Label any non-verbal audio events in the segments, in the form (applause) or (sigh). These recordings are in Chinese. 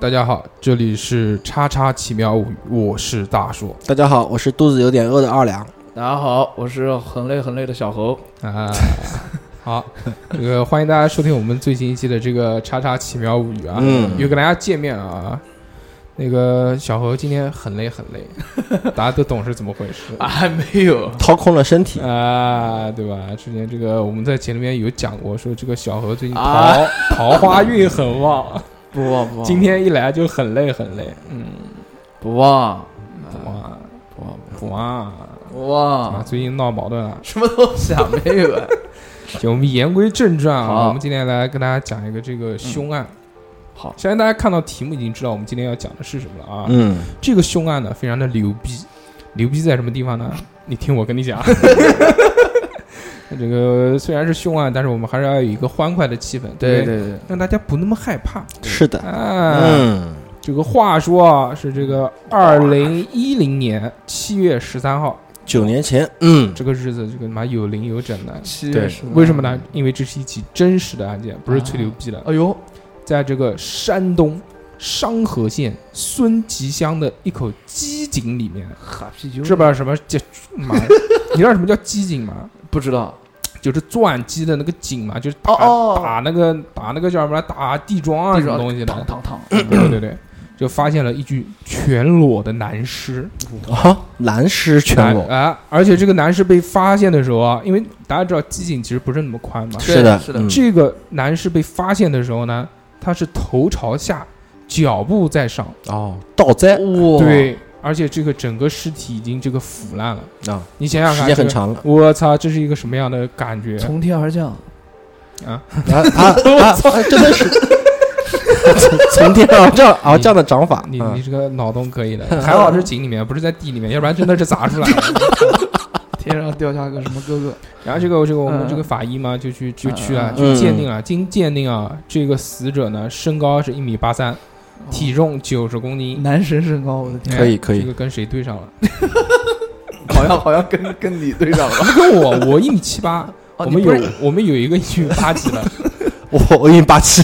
大家好，这里是叉叉奇妙物语，我是大硕大家好，我是肚子有点饿的二两。大家好，我是很累很累的小猴。啊。 (laughs) 好，这个欢迎大家收听我们最新一期的这个叉叉奇妙物语啊，嗯又跟大家见面啊。那个小何今天很累很累，大家都懂是怎么回事啊，还没有，掏空了身体，啊，对吧？之前这个我们在节目里面有讲过，说这个小何最近桃、啊桃花运很旺，不忘不忘，今天一来就很累很累，嗯，不忘不旺不忘不旺不啊，忘，最近闹矛盾了。什么东西啊？没有啊。 (laughs) 行，我们言归正传啊，好我们今天来跟大家讲一个这个凶案。好相信大家看到题目已经知道我们今天要讲的是什么了啊。嗯，这个凶案呢，非常的牛逼，牛逼在什么地方呢？你听我跟你讲。这个虽然是凶案，但是我们还是要有一个欢快的气氛，对不对，对对，让大家不那么害怕。是的，啊，嗯，这个话说啊，是这个二零一零年七月十三号九年前，嗯，这个日子，这个他妈有零有整的。七对月十三为什么呢？？因为这是一起真实的案件，不是吹牛逼的。哎呦，在这个山东商河县孙集乡的一口机井里面，哈啤酒知不知道什么叫妈？你知道什么叫机井吗？不知道？就是钻机的那个井嘛，就是打哦哦，打那个打那个叫什么打地桩啊地什么上东西躺的。躺躺，对对对，就发现了一具全裸的男尸，啊，蓝狮全男裸，啊！而且这个男尸被发现的时候啊，因为大家知道机井其实不是那么宽嘛，对是的，是的嗯这个男士被发现的时候呢，他是头朝下，脚步在上，哦，倒栽哇，对，而且这个整个尸体已经这个腐烂了。啊，你想想时看，间很，长 (laughs) 了，我操，这是一个什么样的感觉从天而降，啊？啊啊啊，啊真的是 (laughs) 从从天而降而啊降的掌法，你嗯你这个脑洞可以的， (laughs) 还好是井里面，不是在地里面，要不然真的是砸出来了。天上掉下个什么哥哥？然后这个这个我们嗯这个法医嘛，就去就去嗯了，就鉴定了，经鉴定啊，这个死者呢身高是一米八三，体重九十公斤，男神身高，我的天，哦可以哎可以这个跟谁对上了？ (laughs) 好像好像跟跟你对上了。跟我，我一米七八，我哦们你不是有我们有一个一 (laughs) 米八几的，我我一米八七，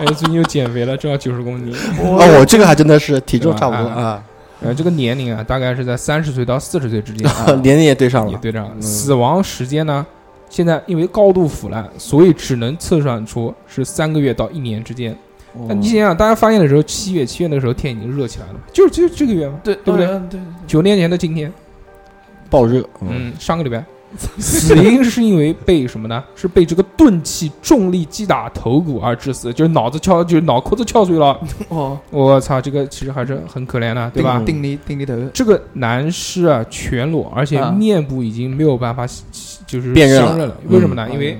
哎，最近又减肥了，正好九十公斤。哦，我这个还真的是体重差不多对吧啊，，(laughs) 呃，这个年龄啊，大概是在三十岁到四十岁之间、 (laughs) 啊 (laughs) 年龄也对上也了，对上了。嗯死亡时间呢，现在因为高度腐烂，所以只能测算出是三个月到一年之间。那你想想，大家发现的时候，七月，七月那个时候天已经热起来了，就是就是这个月嘛，对对不对？哦对对，九年前的今天，爆热，嗯，嗯，上个礼 (laughs) 拜，死因是因为被什么呢？是被这个钝器重力击打头骨而致死，就是脑子敲，就是脑壳子敲碎了。哦，我操，这个其实还是很可怜的，对吧？嗯定力定力头，这个男尸啊，全裸，而且啊面部已经没有办法就是辨认了相认了。为什么呢？嗯因为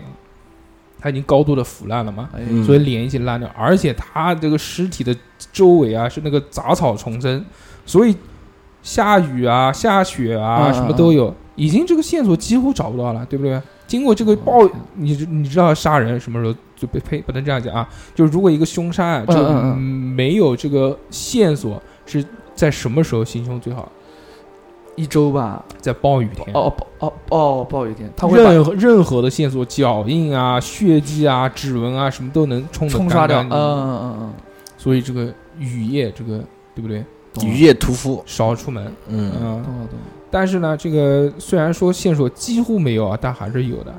他已经高度的腐烂了嘛，哎嗯所以脸已经烂掉，而且他这个尸体的周围啊是那个杂草丛生，所以下雨啊、下雪啊、嗯什么都有，已经这个线索几乎找不到了，对不对？经过这嗯个报，你你知道杀人什么时候就被呸，不能这样讲啊。就是如果一个凶杀案就嗯嗯嗯没有这个线索，是在什么时候行凶最好？一周吧，在暴雨天。哦暴哦哦暴雨天，他会把任何任何的线索，脚印啊、血迹啊、指纹啊，什么都能冲得冲刷掉，干嗯干净净嗯嗯所以这个雨夜，这个对不对？嗯，雨夜屠夫，少出门，嗯，嗯、懂了懂了，但是呢，这个虽然说线索几乎没有啊，但还是有的。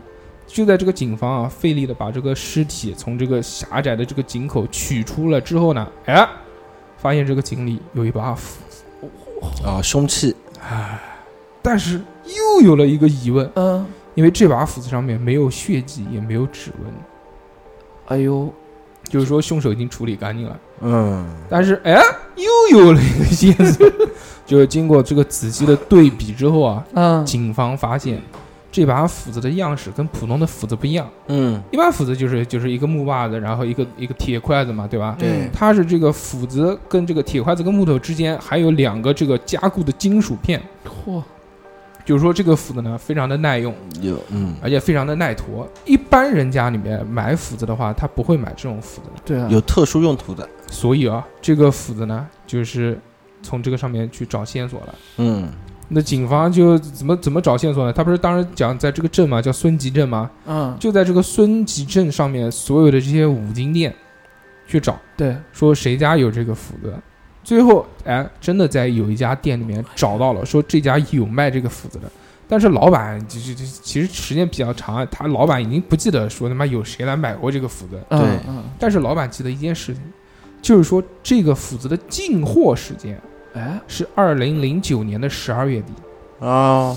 就在这个警方啊费力的把这个尸体从这个狭窄的这个井口取出了之后呢，哎，发现这个井里有一把斧，啊，凶器，但是又有了一个疑问，嗯，因为这把斧子上面没有血迹，也没有指纹，哎呦，就是说凶手已经处理干净了。嗯，但是哎，又有了一个线索， (laughs) 就是经过这个仔细的对比之后啊，嗯，警方发现这把斧子的样式跟普通的斧子不一样。嗯，一般斧子就是就是一个木把子，然后一个一个铁筷子嘛，对吧？嗯对它是这个斧子跟这个铁筷子跟木头之间还有两个这个加固的金属片，嚯，就是说这个斧子呢非常的耐用，有，嗯，而且非常的耐驮。一般人家里面买斧子的话，他不会买这种斧子的，对啊，有特殊用途的，所以啊，这个斧子呢就是从这个上面去找线索了。嗯。那警方就怎么怎么找线索呢？他不是当时讲在这个镇嘛，叫孙集镇嘛，嗯，就在这个孙集镇上面所有的这些五金店，去找，对，说谁家有这个斧子。最后，哎，真的在有一家店里面找到了，说这家有卖这个斧子的。但是老板这这这其实时间比较长，他老板已经不记得说他妈有谁来买过这个斧子，嗯对嗯，但是老板记得一件事情，就是说这个斧子的进货时间哎，是二零零九年的十二月底。啊，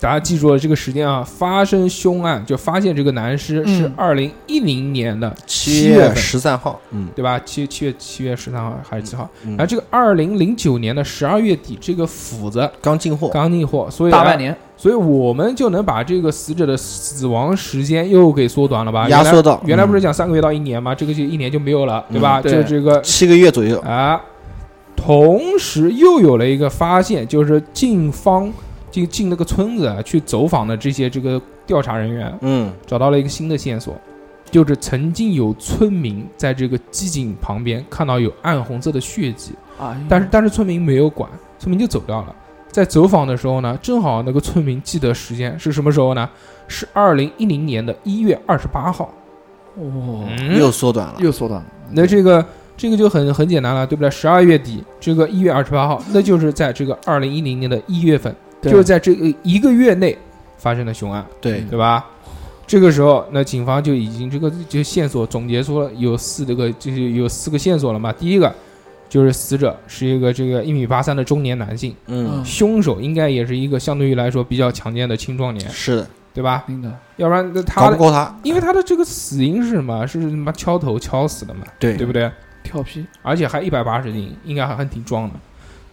大家记住了这个时间啊！发生凶案就发现这个男尸是嗯二零一零年的七月月份十三号，嗯，对吧？七七月七月十三号还是几号？嗯然后这个二零零九年的十二月底，这个斧子刚进货，刚进货，所以啊大半，年，所以我们就能把这个死者的死亡时间又给缩短了吧？压原来缩到原来不是嗯讲三个月到一年吗？这个就一年就没有了，对嗯吧？对就这个七个月左右，啊，同时又有了一个发现，就是警方进进那个村子啊去走访的这些这个调查人员，嗯，找到了一个新的线索，就是曾经有村民在这个机井旁边看到有暗红色的血迹，啊，但是但是村民没有管，村民就走掉了。在走访的时候呢，正好那个村民记得时间是什么时候呢？是二零一零年的一月二十八号。哦，嗯，又缩短了，又缩短了，那这个这个就很很简单了，对不对？十二月底，这个一月二十八号，那就是在这个二零一零年的一月份，对就是在这个一个月内发生的凶案，对，对吧？这个时候，那警方就已经这个就线索总结出了有四这个就是有四个线索了嘛。第一个就是死者是一个这个一米八三的中年男性，嗯，嗯凶手应该也是一个相对于来说比较强健的青壮年，是的，对吧？那个要不然那搞他不的过他，因为他的这个死因是什么？是他妈敲头敲死的嘛，对对不对？跳皮，而且还一百八十斤，应该还很挺壮的。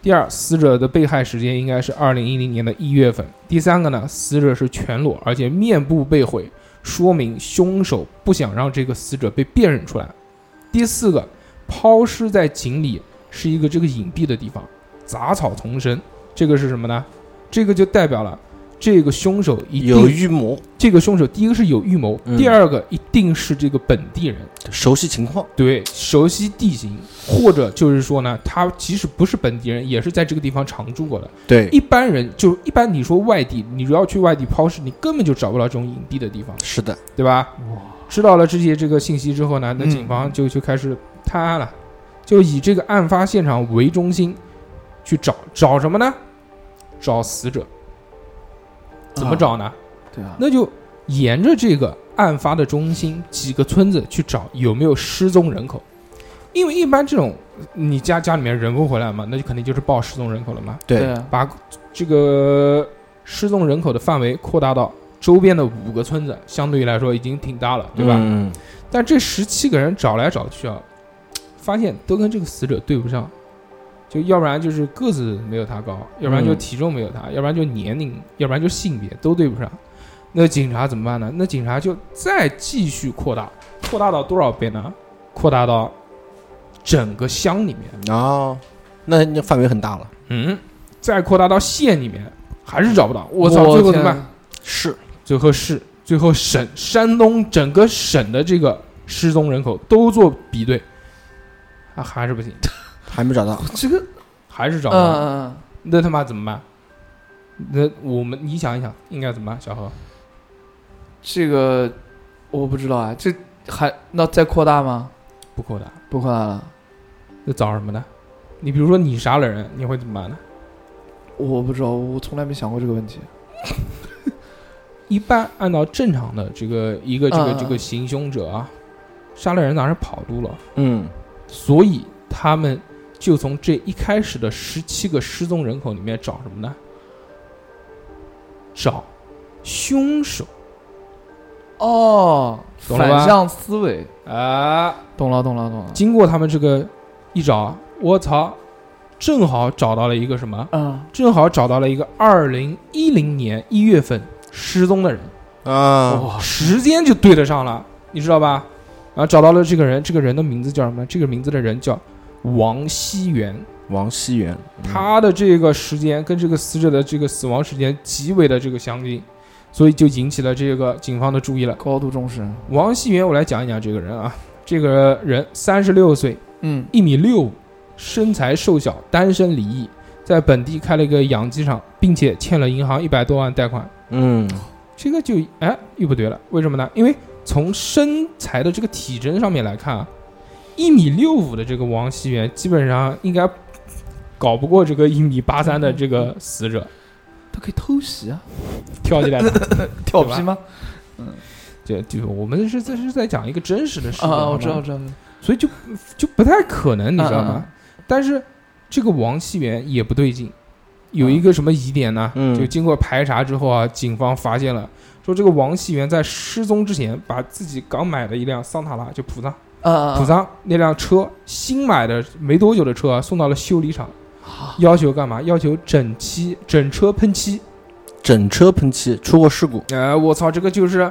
第二，死者的被害时间应该是二零一零年的一月份。第三个呢，死者是全裸，而且面部被毁，说明凶手不想让这个死者被辨认出来。第四个，抛尸在井里是一个这个隐蔽的地方，杂草丛生，这个是什么呢？这个就代表了这个凶手一有定，预谋，这个凶手第一个是有预谋，嗯第二个一定是这个本地人。熟悉情况，对，熟悉地形，或者就是说呢，他即使不是本地人，也是在这个地方常住过的。对，一般人就一般，你说外地，你如要去外地抛尸，你根本就找不到这种隐蔽的地方，是的，对吧？哇，知道了这些这个信息之后呢，那嗯警方就就开始探案了，就以这个案发现场为中心去找找什么呢？找死者，怎么啊？找呢？对啊，那就沿着这个案发的中心几个村子去找有没有失踪人口，因为一般这种你家家里面人不回来嘛，那就肯定就是报失踪人口了嘛。对，啊，把这个失踪人口的范围扩大到周边的五个村子，相对于来说已经挺大了，对吧？嗯，但这十七个人找来找去啊，发现都跟这个死者对不上，就要不然就是个子没有他高，要不然就嗯体重没有他，要不然就年龄，要不然就性别都对不上。那警察怎么办呢？那警察就再继续扩大，扩大到多少倍呢？扩大到整个乡里面，哦，那那范围很大了，嗯，再扩大到县里面，还是找不到。我操！最后怎么办？办？是，最后市，最后省，山东整个省的这个失踪人口都做比对，啊，还是不行， (laughs) 还没找到，这个，还是找嗯不到，嗯嗯，那他妈怎么办？那我们你想一想，应该怎么办？小何，这个我不知道啊，这还那再扩大吗？不扩大，不扩大了，那找什么呢？你比如说你杀了人，你会怎么办呢？我不知道，我从来没想过这个问题。一般按照正常的这个一个这个嗯嗯嗯这个行凶者啊，杀了人当然是跑路了，嗯，所以他们就从这一开始的十七个失踪人口里面找什么呢？找凶手哦，懂了吧反向思维，啊！懂了，懂了，懂了。经过他们这个一找啊，我操，正好找到了一个什么？嗯，正好找到了一个二零一零年一月份失踪的人，啊，哇，时间就对得上了，你知道吧？然后找到了这个人，这个人的名字叫什么？这个名字的人叫王熙元。王熙元，嗯他的这个时间跟这个死者的这个死亡时间极为的这个相近，所以就引起了这个警方的注意了。高度重视。王熙元，我来讲一讲这个人啊，这个人三十六岁，嗯，一米六五，身材瘦小，单身离异，在本地开了一个养鸡场，并且欠了银行一百多万贷款。嗯，这个就哎又不对了，为什么呢？因为从身材的这个体征上面来看啊，一米六五的这个王熙元，基本上应该搞不过这个一米八三的这个死者，他可以偷袭啊，跳起来打。 (laughs) 跳吧皮吗？对，就我们是在是在讲一个真实的事情，啊啊，好我吗嗯知道，我，知道，所以就就不太可能，你知道嗯嗯吗？但是这个王熙元也不对劲，有一个什么疑点呢？嗯就经过排查之后啊，警方发现了，说这个王熙元在失踪之前，把自己刚买的一辆桑塔纳，就普桑。啊啊，普桑那辆车，新买的没多久的车啊，送到了修理厂，啊要求干嘛？要求整漆、整车喷漆。整车喷漆，出过事故，呃，我操，这个就是，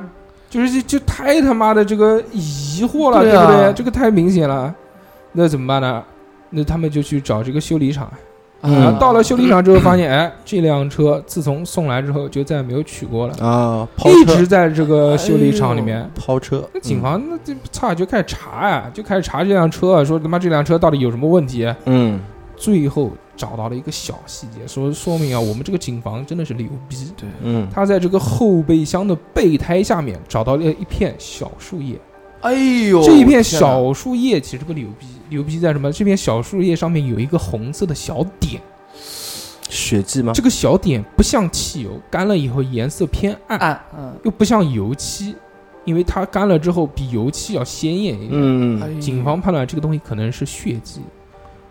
就是就就太他妈的这个疑惑了，对对,、啊不对？这个太明显了，那怎么办呢？那他们就去找这个修理厂，然嗯后到了修理厂之后，发现，哎，这辆车自从送来之后就再也没有取过了，啊，抛一车直在这个修理厂里面。抛车，那警方那这操就开始查呀、就开始查这辆车啊，说他妈这辆车到底有什么问题、嗯，最后找到了一个小细节，说说明啊，我们这个警方真的是牛逼。对，嗯他在这个后备箱的备胎下面找到了一片小树叶，哎呦，这一片天哪小树叶其实不牛逼，牛逼在什么？这片小树叶上面有一个红色的小点，啊嗯，血迹吗？这个小点不像汽油，干了以后颜色偏暗，暗，嗯，又不像油漆，因为它干了之后比油漆要鲜艳一点。哎嗯，呦警方判断这个东西可能是血迹，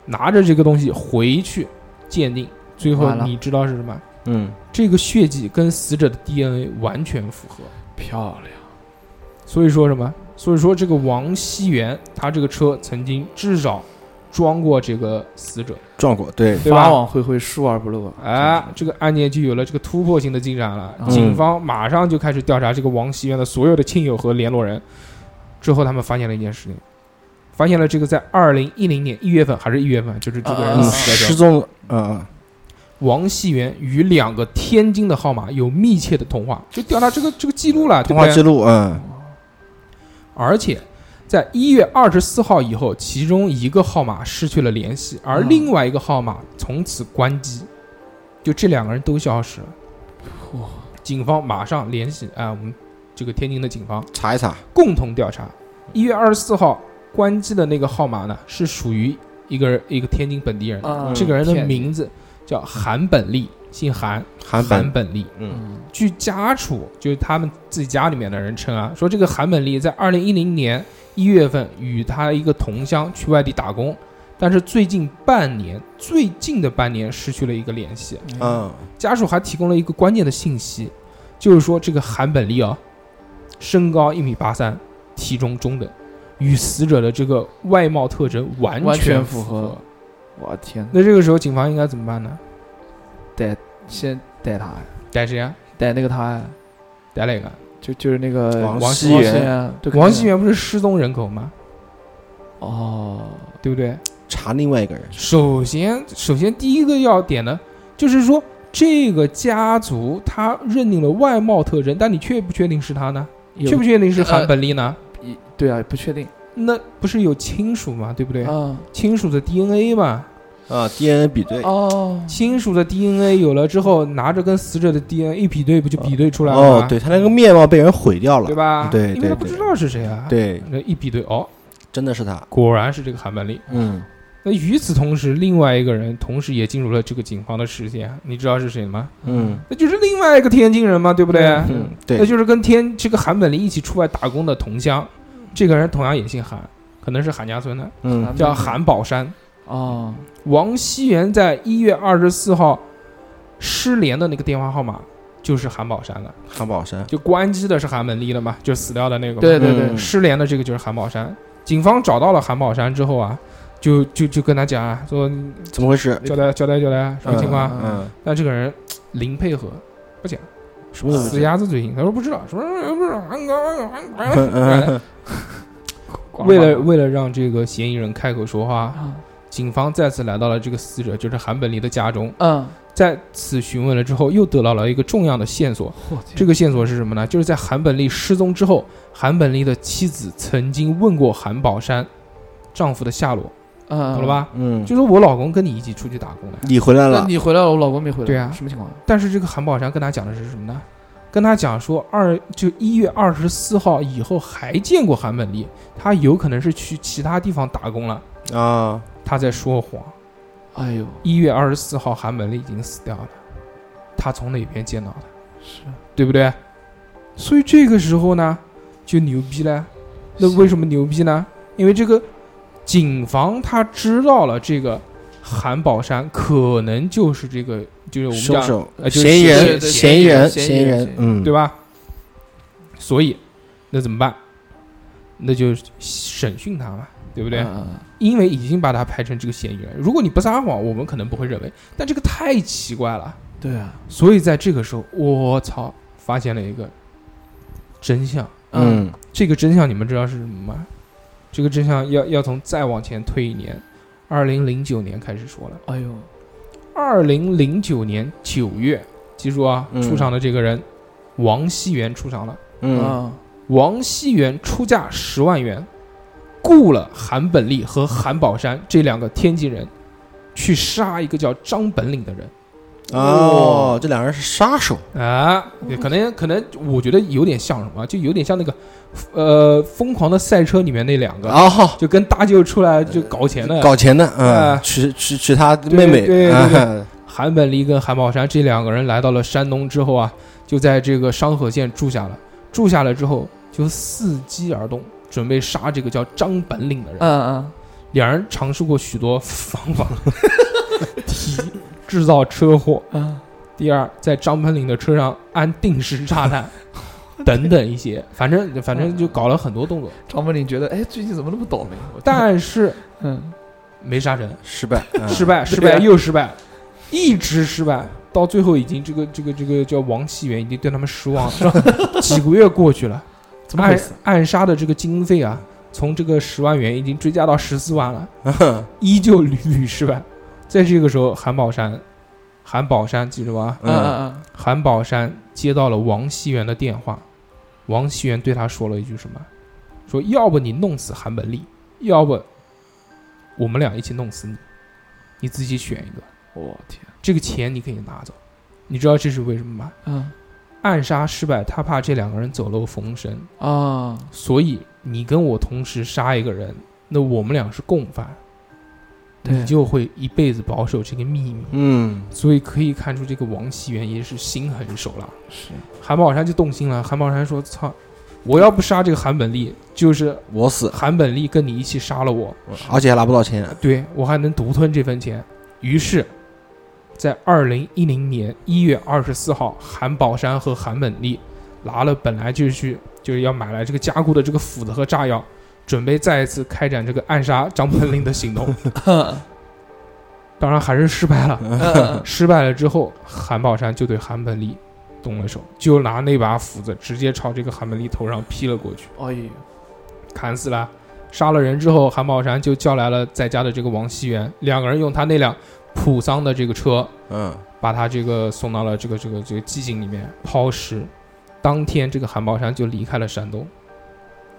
拿着这个东西回去鉴定，最后完了你知道是什么？嗯，这个血迹跟死者的 DNA 完全符合，漂亮，所以说什么？所以说这个王熙元他这个车曾经至少装过这个死者，撞过，对，对法吧？网恢恢，疏而不漏啊，哎，这个案件就有了这个突破性的进展了。嗯警方马上就开始调查这个王熙元的所有的亲友和联络人。之后，他们发现了一件事情，发现了这个在二零一零年一月份还是一月份，就是这个人嗯，死的时失候，踪，嗯王熙元与两个天津的号码有密切的通话，就调查这个这个记录了，嗯，对通不话对记？录，嗯，而且在一月二十四号以后，其中一个号码失去了联系，而嗯另外一个号码从此关机，就这两个人都消失了嚯。警方马上联系啊、我们这个天津的警方查一查，共同调查。一月二十四号关机的那个号码呢，是属于一个人一个天津本地人的，啊，这个人的天名字叫韩本利，姓韩，韩韩本，本利。嗯，嗯据家属，就是他们自己家里面的人称啊，说这个韩本利在二零一零年一月份与他一个同乡去外地打工，但是最近半年，最近的半年失去了一个联系。嗯，家属还提供了一个关键的信息，就是说这个韩本利啊，身高一米八三，体重中等，与死者的这个外貌特征完完全符符合。我天，那这个时候警方应该怎么办呢？先逮他呀，逮谁啊？逮那个他呀，逮哪个？就就是那个王王熙元元，对，王熙元，元不是失踪人口吗？哦，对不对？查另外一个人，首先，首先第一个要点呢，就是说这个家族他认定了外貌特征，但你确不确定是他呢？有确不确定是韩本利呢？一对啊，不确定，呃那不是有亲属嘛，对不对？嗯，亲属的 DNA 嘛，啊，DNA 比对，哦，亲属的 DNA 有了之后，拿着跟死者的 DNA 一比对，不就比对出来了吗？哦，对他那个面貌被人毁掉对了，吧？对对因为他不对知道是谁啊。，对，那一比对，哦，真的是他，果然是这个韩本利。嗯，那与此同时，另外一个人同时也进入了这个警方的视线，你知道是谁吗？嗯那就是另外一个天津人嘛，对不对？嗯，那对，就是跟天这个韩本林一起出外打工的同乡，这个人同样也姓韩，可能是韩家村的，嗯，叫韩宝山。哦，王熙元在一月二十四号失联的那个电话号码就是韩宝山了，韩宝山，就关机的是韩本利了嘛，就死掉的那个嘛。对对对，失联的这个就是韩宝山。警方找到了韩宝山之后啊，就就就跟他讲啊，说怎么回事？交代交代交代什么情况？啊嗯嗯，但这个人零配合，不讲。什么怎么死回事？鸭子嘴硬，他说不知道，什么什么不知道韩国韩国，嗯嗯为了为了让这个嫌疑人开口说话，啊警方再次来到了这个死者就是韩本林的家中，嗯，在此询问了之后，又得到了一个重要的线索。我天这个线索是什么呢？就是在韩本利失踪之后，韩本利的妻子曾经问过韩宝山丈夫的下落，嗯，懂了？吧？嗯，就说我老公跟你一起出去打工的，你回来那了，你回来了，我老公没回来，对啊什么情况？但是这个韩宝山跟他讲的是什么呢？跟他讲说二就一月二十四号以后还见过韩本利，他有可能是去其他地方打工了，啊，他在说谎。啊哎呦，一月二十四号韩本利已经死掉了，他从哪边见到的？是对不对？所以这个时候呢，就牛逼了。那为什么牛逼呢？因为这个警方他知道了这个韩宝山可能就是这个，就是我们凶讲手呃、就是嫌疑对对人，对嫌疑人，嫌疑嫌疑人人，嗯，对吧？所以那怎么办？那就审讯他嘛，对不对？嗯因为已经把他排成这个嫌疑人。如果你不撒谎，我们可能不会认为，但这个太奇怪了。对啊，所以在这个时候，我操，发现了一个真相。嗯，这个真相你们知道是什么吗？这个真相要要从再往前推一年，二零零九年开始说了。哎呦，二零零九年九月，记住啊，嗯出场的这个人，王熙元出场了。嗯啊，王熙元出价十万元，雇了韩本利和韩宝山这两个天津人，去杀一个叫张本领的人。嗯哦，这两人是杀手，啊，也可能可能，我觉得有点像什么，就有点像那个，呃，疯狂的赛车里面那两个，哦，就跟大舅出来就搞钱的，搞钱的，哎嗯，娶娶娶他妹妹，对对对对啊韩本利跟韩宝山这两个人来到了山东之后啊，就在这个商河县住下了，住下了之后就伺机而动，准备杀这个叫张本领的人。嗯嗯，两人尝试过许多方法，第一，制造车祸，嗯，第二，在张本岭的车上安定时炸弹，等等一些，反正反正就搞了很多动作，张本领觉得，哎，最近怎么那么倒霉？我但是嗯，没杀成， (laughs) 失败，(laughs) 嗯失败，失对败啊又失败，一直失败，到最后已经这个这个这个叫王熙元已经对他们失望 (laughs) 了，几个月过去了，怎么回暗事？暗杀的这个经费啊，从这个十万元已经追加到十四万了， (laughs) 嗯依旧屡屡失败。在这个时候，韩宝山，韩宝山记住啊，嗯嗯韩宝山接到了王熙元的电话，王熙元对他说了一句什么？说要不你弄死韩本利，要不我们俩一起弄死你，你自己选一个。嗯，我天，这个钱你可以拿走，你知道这是为什么吗？嗯暗杀失败，他怕这两个人走漏风声，啊，所以你跟我同时杀一个人，那我们俩是共犯，对你就会一辈子保守这个秘密。嗯，所以可以看出，这个王熙元也是心狠手辣。 (laughs) 是，韩宝山就动心了。韩宝山说：“操，我要不杀这个韩本利，就是我死，韩本利跟你一起杀了我，而且还拿不到钱，对我还能独吞这份钱。”于是，在二零一零年一月二十四号，韩宝山和韩本利拿了本来就是去就是要买来这个加固的这个斧子和炸药，准备再一次开展这个暗杀张本令的行动。嗯当然还是失败了。嗯失败了之后，韩宝山就对韩本利动了手，就拿那把斧子直接朝这个韩本利头上劈了过去，哎呦，砍死了。杀了人之后，韩宝山就叫来了在家的这个王熙元，两个人用他那辆普桑的这个车，嗯，把他这个送到了这个这个这个寂静里面抛尸。当天，这个韩宝山就离开了山东。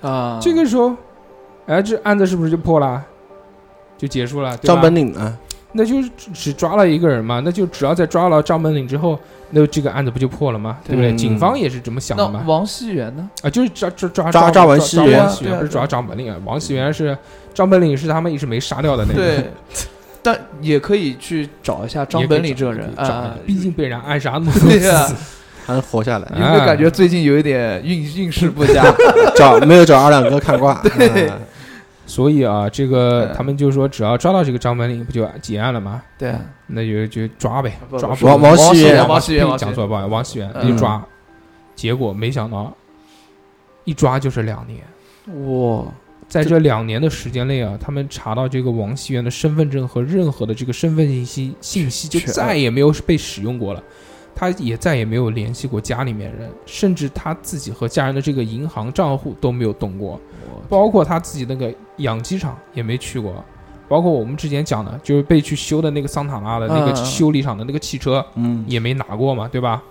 啊，这个时候，哎，这案子是不是就破了？就结束了，对吧张本领啊，那就是只只抓了一个人嘛，那就只要再抓了张本领之后，那这个案子不就破了吗？对不对？嗯警方也是这么想那的嘛。王熙元呢？啊，就是抓抓抓抓抓抓王熙熙元王对啊元不是对啊嗯抓张本领啊，王熙元是张本领是他们一直没杀掉的那个，对，但也可以去找一下张也可以本领这找个人可以找啊。毕竟被人暗杀那么多对啊呀次，，还能 (laughs) 活下来，哎有没有感觉最近有一点运运势不 (laughs) 佳？找没有找二两哥看卦，对嗯 (laughs) 所以啊，这个嗯他们就说只要抓到这个张本领，不就结案了吗？对，那就就抓呗不，抓不捕王王熙元王王熙元王熙元讲错了，不好意思王熙元嗯一抓，结果没想到一抓就是两年。哇，在这两年的时间内啊，他们查到这个王熙元的身份证和任何的这个身份信息信息就全再也没有被使用过了，他也再也没有联系过家里面人，甚至他自己和家人的这个银行账户都没有动过，我包括他自己那个养鸡场也没去过，包括我们之前讲的，就是被去修的那个桑塔纳的那个嗯嗯嗯修理厂的那个汽车，嗯，也没拿过嘛，对吧？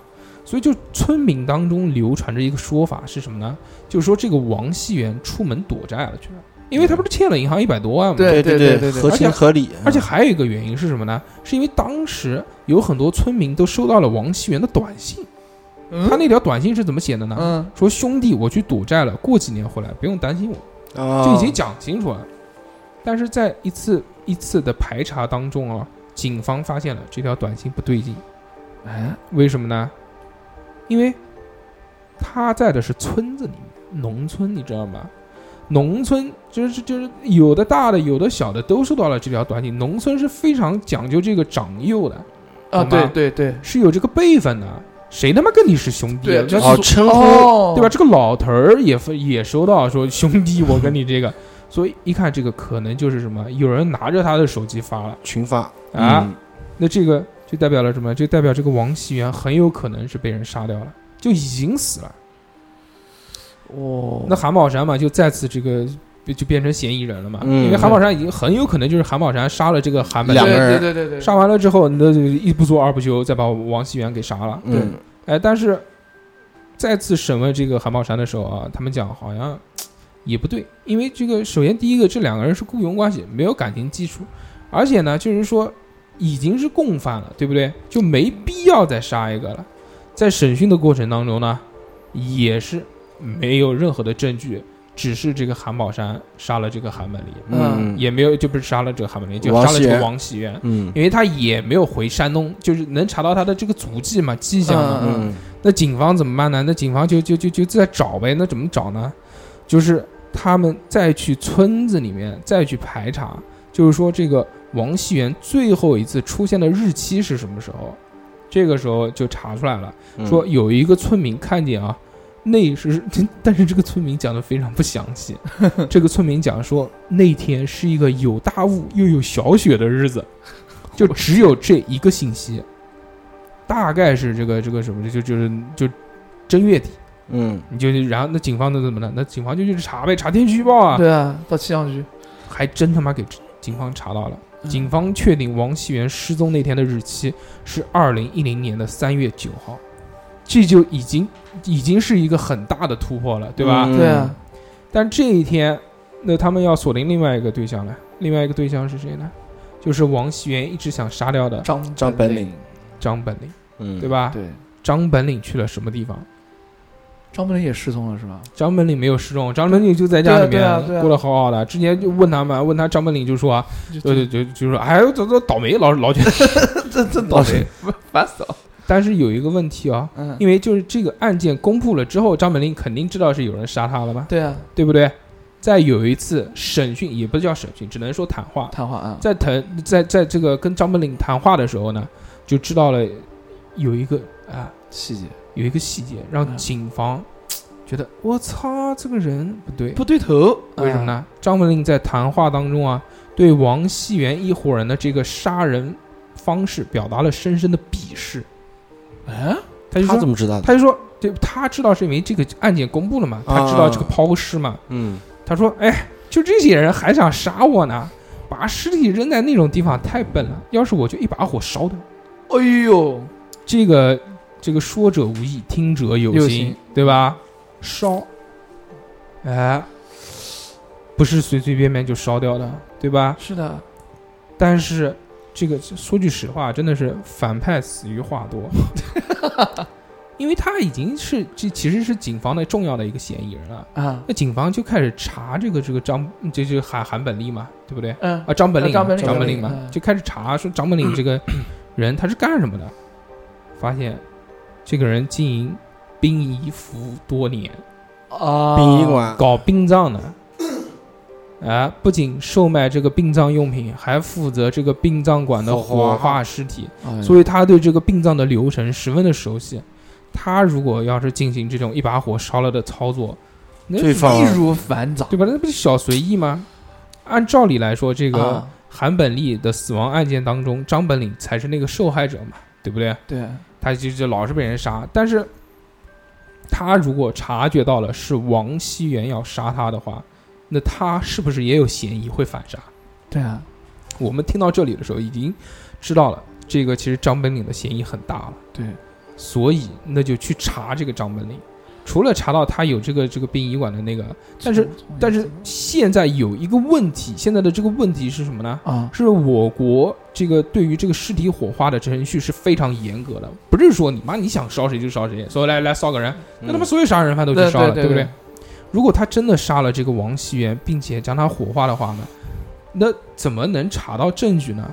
所以就村民当中流传着一个说法是什么呢？就是说这个王熙元出门躲债了去了，因为他不是欠了银行一百多万嘛。对对对对对合情合理，嗯而且还有一个原因是什么呢？是因为当时有很多村民都收到了王熙元的短信，嗯他那条短信是怎么写的呢？嗯说兄弟，我去赌债了，过几年回来，不用担心我。啊，嗯就已经讲清楚了。但是在一次一次的排查当中啊，警方发现了这条短信不对劲，哎为什么呢？因为他在的是村子里面，农村，你知道吗？农村就是就是有的大的，有的小的都收到了这条短信。农村是非常讲究这个长幼的，啊，懂对吗对对是有这个辈分的。谁他妈跟你是哦兄弟啊？对，那哦称呼呼对吧？？这个老头儿也分也收到说兄弟，我跟你这个，所以一看这个可能就是什么，有人拿着他的手机发了群发啊，嗯那这个就代表了什么？就代表这个王熙元很有可能是被人杀掉了，就已经死了。哦，那韩宝山嘛，就再次这个就变成嫌疑人了嘛，嗯因为韩宝山已经很有可能就是韩宝山杀了这个韩本两山。个对人对对对对，杀完了之后，那就一不做二不休，再把王熙元给杀了。嗯，哎，但是再次审问这个韩宝山的时候啊，他们讲好像也不对，因为这个首先第一个，这两个人是雇佣关系，没有感情基础，而且呢，就是说已经是共犯了，对不对？就没必要再杀一个了。在审讯的过程当中呢，也是没有任何的证据，只是这个韩宝山杀了这个韩本林，嗯也没有就不是杀了这个韩本林，就王杀了熙这个元王熙元，嗯因为他也没有回山东，就是能查到他的这个足迹嘛、迹象嘛。嗯那警方怎么办呢？那警方就就就就在找呗。那怎么找呢？就是他们再去村子里面再去排查，就是说这个王熙元最后一次出现的日期是什么时候？这个时候就查出来了，嗯说有一个村民看见啊，那是， (laughs) 但是这个村民讲的非常不详细。这个村民讲说那天是一个有大雾又有小雪的日子，就只有这一个信息，大概是这个这个什么，就就是就正月底，嗯你就然后那警方那怎么了？那警方就去查呗，查天气预报啊，对啊，到气象局，还真他妈给警方查到了。嗯警方确定王熙元失踪那天的日期是二零一零年的三月九号，这就已经已经是一个很大的突破了，对吧？嗯对啊，但这一天，那他们要锁定另外一个对象了，另外一个对象是谁呢？就是王熙元一直想杀掉的张张本领，张本领，嗯对？吧？对，张本领去了什么地方？张本领也失踪了是吧？张本领没有失踪，张本领就在家里对面啊对啊对啊过得好好的。之前就问他们，问他张本领就说啊，(laughs) 就对对，对，就说哎，这这倒霉，老老觉得。 (laughs) 这这倒霉，烦死了。 (laughs) 但是有一个问题啊，嗯，因为就是这个案件公布了之后，张本林肯定知道是有人杀他了嘛，对啊，对不对？在有一次审讯，也不叫审讯，只能说谈话，谈话啊，在谈在在这个跟张本林谈话的时候呢，就知道了有一个啊细节有一个细节，嗯让警方嘖觉得我操这个人不对，不对头，为什么呢？啊张本林在谈话当中啊，对王熙元一伙人的这个杀人方式表达了深深的鄙视，嗯？哎，他就他说怎么知道的？他就说，这他知道是因为这个案件公布了嘛，他知道这个抛尸嘛。嗯他说，哎，就这些人还想杀我呢，把尸体扔在那种地方太笨了，要是我就一把火烧掉。哎呦，这个这个说者无意，听者有心，有心对吧？烧，哎，不是随随便便就烧掉的，对吧？是的，但是这个说句实话，真的是反派死于话 (laughs) 多，因为他已经是这其实是警方的重要的一个嫌疑人了。啊，那警方就开始查这个这个张，这就是韩韩本利嘛，对不对？嗯啊，张本领，啊张本领张本领张本嘛领，嗯就开始查说张本领这 (clears throat) 个人他是干什么的，发现这个人经营殡仪服务多年，啊，殡仪馆哦搞殡葬的，啊，不仅售卖这个殡葬用品，还负责这个殡葬馆的火火化嗯化尸体，哎呦，所以他对这个殡葬的流程十分的熟悉。他如果要是进行这种一把火烧了的操作，那罪犯易如反掌。对吧？那不是小随意吗？按照理来说，这哎个啊韩本利的死亡案件当中，张本领才是那个受害者嘛，对不对？对啊，他就就老是被人杀，但是他如果察觉到了是王熙元要杀他的话，那他是不是也有嫌疑会反杀？对啊，我们听到这里的时候已经知道了，这个其实张本领的嫌疑很大了，对，所以那就去查这个张本领。除了查到他有这个这个殡仪馆的那个，但是但是现在有一个问题，现在的这个问题是什么呢？啊，是我国这个对于这个尸体火化的程序是非常严格的，不是说你妈你想烧谁就烧谁，所以来来烧个人，那他妈所有杀人犯都去对烧了，嗯对对不对对？如果他真的杀了这个王熙元，并且将他火化的话呢，那怎么能查到证据呢？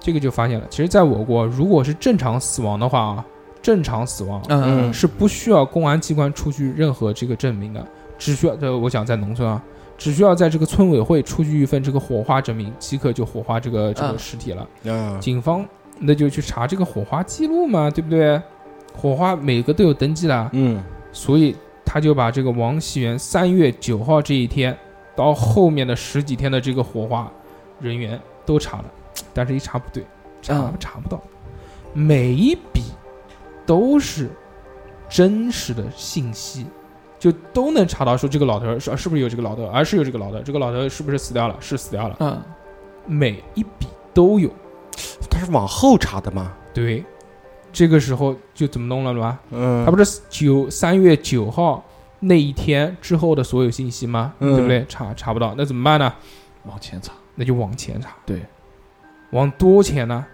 这个就发现了，其实在我国，如果是正常死亡的话啊，正常死亡啊嗯是不需要公安机关出具任何这个证明的，只需要这我想在农村啊，只需要在这个村委会出具一份这个火化证明，即可就火化这个这个嗯尸体了。啊，警方那就去查这个火化记录嘛，对不对？火化每个都有登记的啊，嗯，所以他就把这个王熙元三月九号这一天到后面的十几天的这个火化人员都查了，但是一查不对，查嗯查不到，每一笔都是真实的信息。就都能查到说这个老头儿啊是是不是有这个老头儿，而、是有这个老头儿，这个老头儿是不是死掉了？是死掉了，嗯，每一笔都有。他是往后查的嘛，对，这个时候就怎么弄了吧？嗯，他不是九三月九号那一天之后的所有信息吗？嗯对不对？查查不到，那怎么办呢？往前查，那就往前查。对，往多前呢，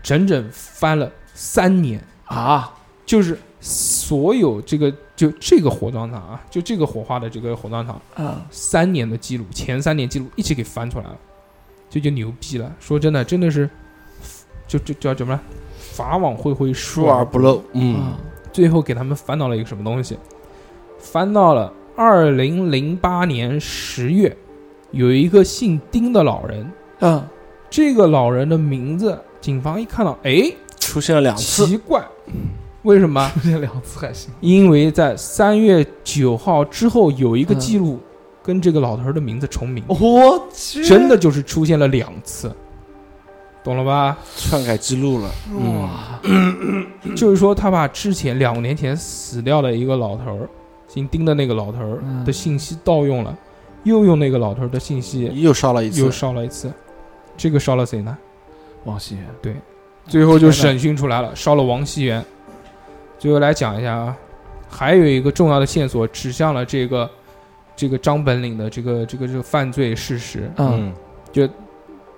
整整翻了三年，啊，就是所有这个就这个火葬场啊，就这个火化的这个火葬场，嗯，三年的记录，前三年记录一起给翻出来了，这就牛逼了。说真的，真的是，就就叫什么呢？法网恢恢，疏疏而不漏，嗯嗯，最后给他们翻到了一个什么东西，翻到了二零零八年十月，有一个姓丁的老人，嗯，这个老人的名字，警方一看到，哎，出现了两次，奇怪，为什么？出现两次还行，因为在三月九号之后有一个记录跟这个老头儿的名字重名，我去真的就是出现了两次，懂了吧？篡改记录了，嗯，哇，就是说他把之前两年前死掉的一个老头儿，姓丁的那个老头儿嗯的信息盗用了，又用那个老头儿的信息又烧了一次又，烧了一次，这个烧了谁呢？王熙元，最后就天哪审讯出来了，烧了王熙元。最后来讲一下啊，还有一个重要的线索指向了这个这个张本领的这个这个这个犯罪事实，嗯，嗯，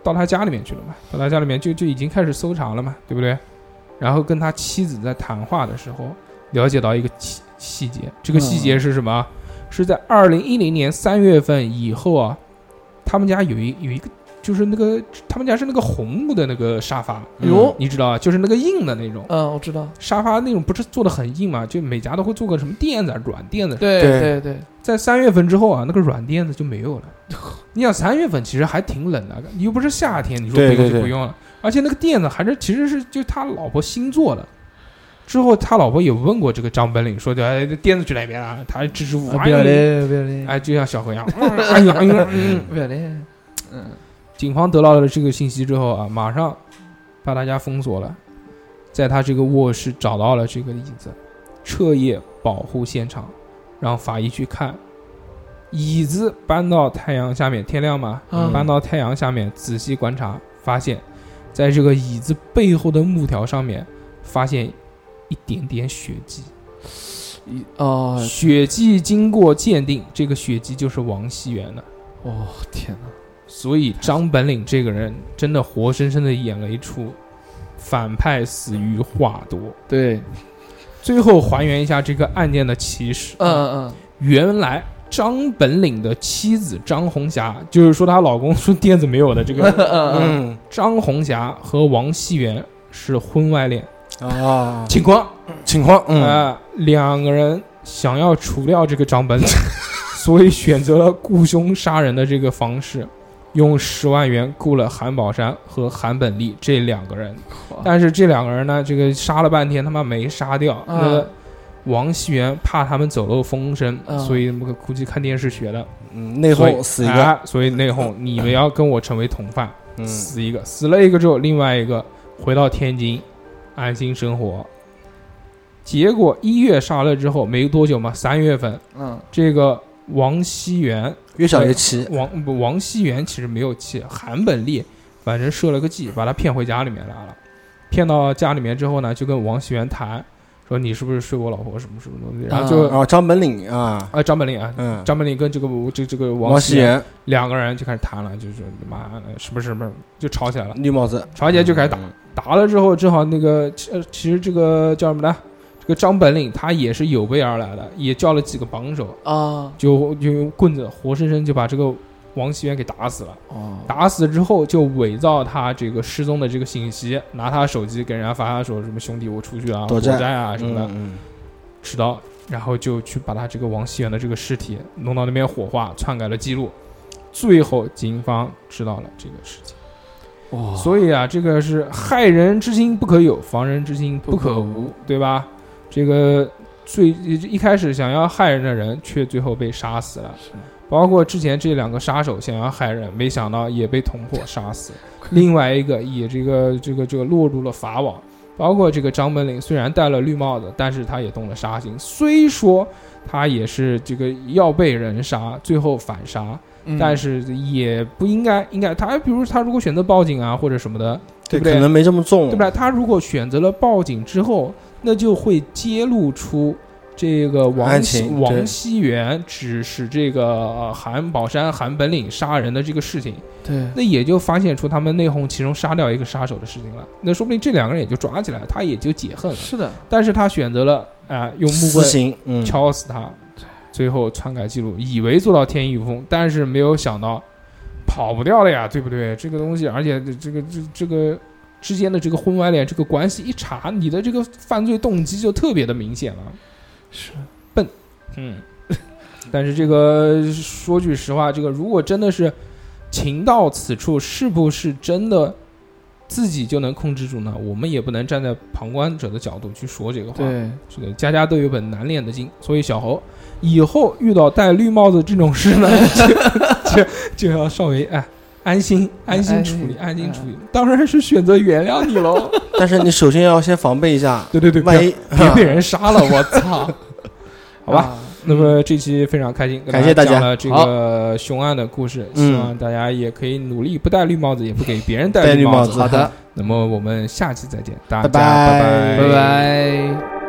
到他家里面去了嘛，到他家里面就就已经开始搜查了嘛，对不对？然后跟他妻子在谈话的时候，了解到一个细细节，这个细节是什么啊？是在二零一零年三月份以后啊，他们家有一有一个，就是那个他们家是那个红木的那个沙发，嗯哟，你知道啊，就是那个硬的那种嗯，我知道，沙发，那种不是做的很硬嘛，就每家都会做个什么垫子啊、软垫子。对对对哎对，在三月份之后啊，那个软垫子就没有了。 (laughs) 你想三月份其实还挺冷的，你又不是夏天，你说不对用对就对不用了。而且那个垫子还是其实是就他老婆新做的。之后他老婆也问过这个张本领，说的哎，垫子去哪边啊？他支支吾吾，哎呦嘞，不要嘞哎，就像小何一样，嗯哎呦哎呦。哎呦 (laughs) 不要嘞，嗯，警方得到了这个信息之后啊，马上把他家封锁了，在他这个卧室找到了这个椅子，彻夜保护现场，让法医去看。椅子搬到太阳下面，天亮嘛，嗯搬到太阳下面仔细观察，发现，在这个椅子背后的木条上面发现一点点血迹，一哦，血迹经过鉴定，这个血迹就是王熙元的。哦，天哪，所以张本领这个人真的活生生的演了一出反派死于话多。对，最后还原一下这个案件的起始。嗯，嗯原来张本领的妻子张红霞，就是说她老公说垫子没有的这嗯个嗯嗯，嗯张红霞和王熙元是婚外恋啊，情况啊、情况，嗯，呃两个人想要除掉这个张本领， (laughs) 所以选择了雇凶杀人的这个方式。用十万元雇了韩宝山和韩本利这两个人，啊但是这两个人呢，这个杀了半天，他妈没杀掉。啊嗯那王熙元怕他们走漏风声，嗯所以我估计看电视学的，嗯，啊内所以讧死一个，哎所以内讧，你们要跟我成为同犯，嗯，死一个，死了一个之后，另外一个回到天津，安心生活。结果一月杀了之后没多久嘛，三月份嗯这个王熙元越想越气，王不王熙元其实没有气，韩本利反正设了个计，把他骗回家里面来了。骗到家里面之后呢，就跟王熙元谈，说你是不是睡我老婆什么什么东西，然后啊就哦，张本岭啊，啊张本岭啊，嗯，张本岭跟这个这这个王王熙熙元两个人就开始谈了，就是妈的什么什么就吵起来了，绿帽子，吵起来就开始打，嗯打了之后正好那个其呃其实这个叫什么呢？这个张本岭他也是有备而来的，也叫了几个帮手，啊就就用棍子活生生就把这个王熙元给打死了。哦，打死之后就伪造他这个失踪的这个信息，拿他手机给人家发说什么兄弟我出去啊躲躲债债啊什么的，嗯，持刀，然后就去把他这个王熙元的这个尸体弄到那边火化，篡改了记录。最后警方知道了这个事情，哇，所以啊，这个是害人之心不可有，防人之心不可不可无无，对吧？这个最一开始想要害人的人，却最后被杀死了。包括之前这两个杀手想要害人，没想到也被捅破杀 (laughs) 死。另外一个也这个这个这个落入了法网。包括这个张本岭虽然戴了绿帽子，但是他也动了杀心。虽说他也是这个要被人杀，最后反杀，嗯但是也不应该应该他比如他如果选择报警啊或者什么的，对不对可能没这么对重，不对？他如果选择了报警之后，那就会揭露出这个王案熙情对王熙元指使这个呃韩宝山、韩本岭杀人的这个事情，对那也就发现出他们内讧其中杀掉一个杀手的事情了。那说不定这两个人也就抓起来了，他也就解恨了。是的，但是他选择了啊、用木私棍刑，嗯，敲死他，最后篡改记录，以为做到天衣无缝，但是没有想到跑不掉了呀，对不对？这个东西，而且这个这这个之间的这个婚外恋这个关系一查，你的这个犯罪动机就特别的明显了。是嗯， (laughs) 但是这个说句实话，这个如果真的是情到此处，是不是真的？自己就能控制住呢？我们也不能站在旁观者的角度去说这个话。对，是的，家家都有本难念的经，所以小猴以后遇到戴绿帽子这种事 (laughs) 呢，就就就要稍微哎安心哎安心处理，安安心心处嗯理，当然是选择原谅你 (laughs) 喽。 (laughs) 但是你首先要先防备一下，对对对，万别一 (laughs) 别被人杀了，我操！好吧，啊，那么这期非常开心，跟感谢大家讲了这个凶案的故事，嗯希望大家也可以努力不戴绿帽子，也不给别人戴戴绿帽帽子子。好的，那么我们下期再见，大家拜拜拜拜拜。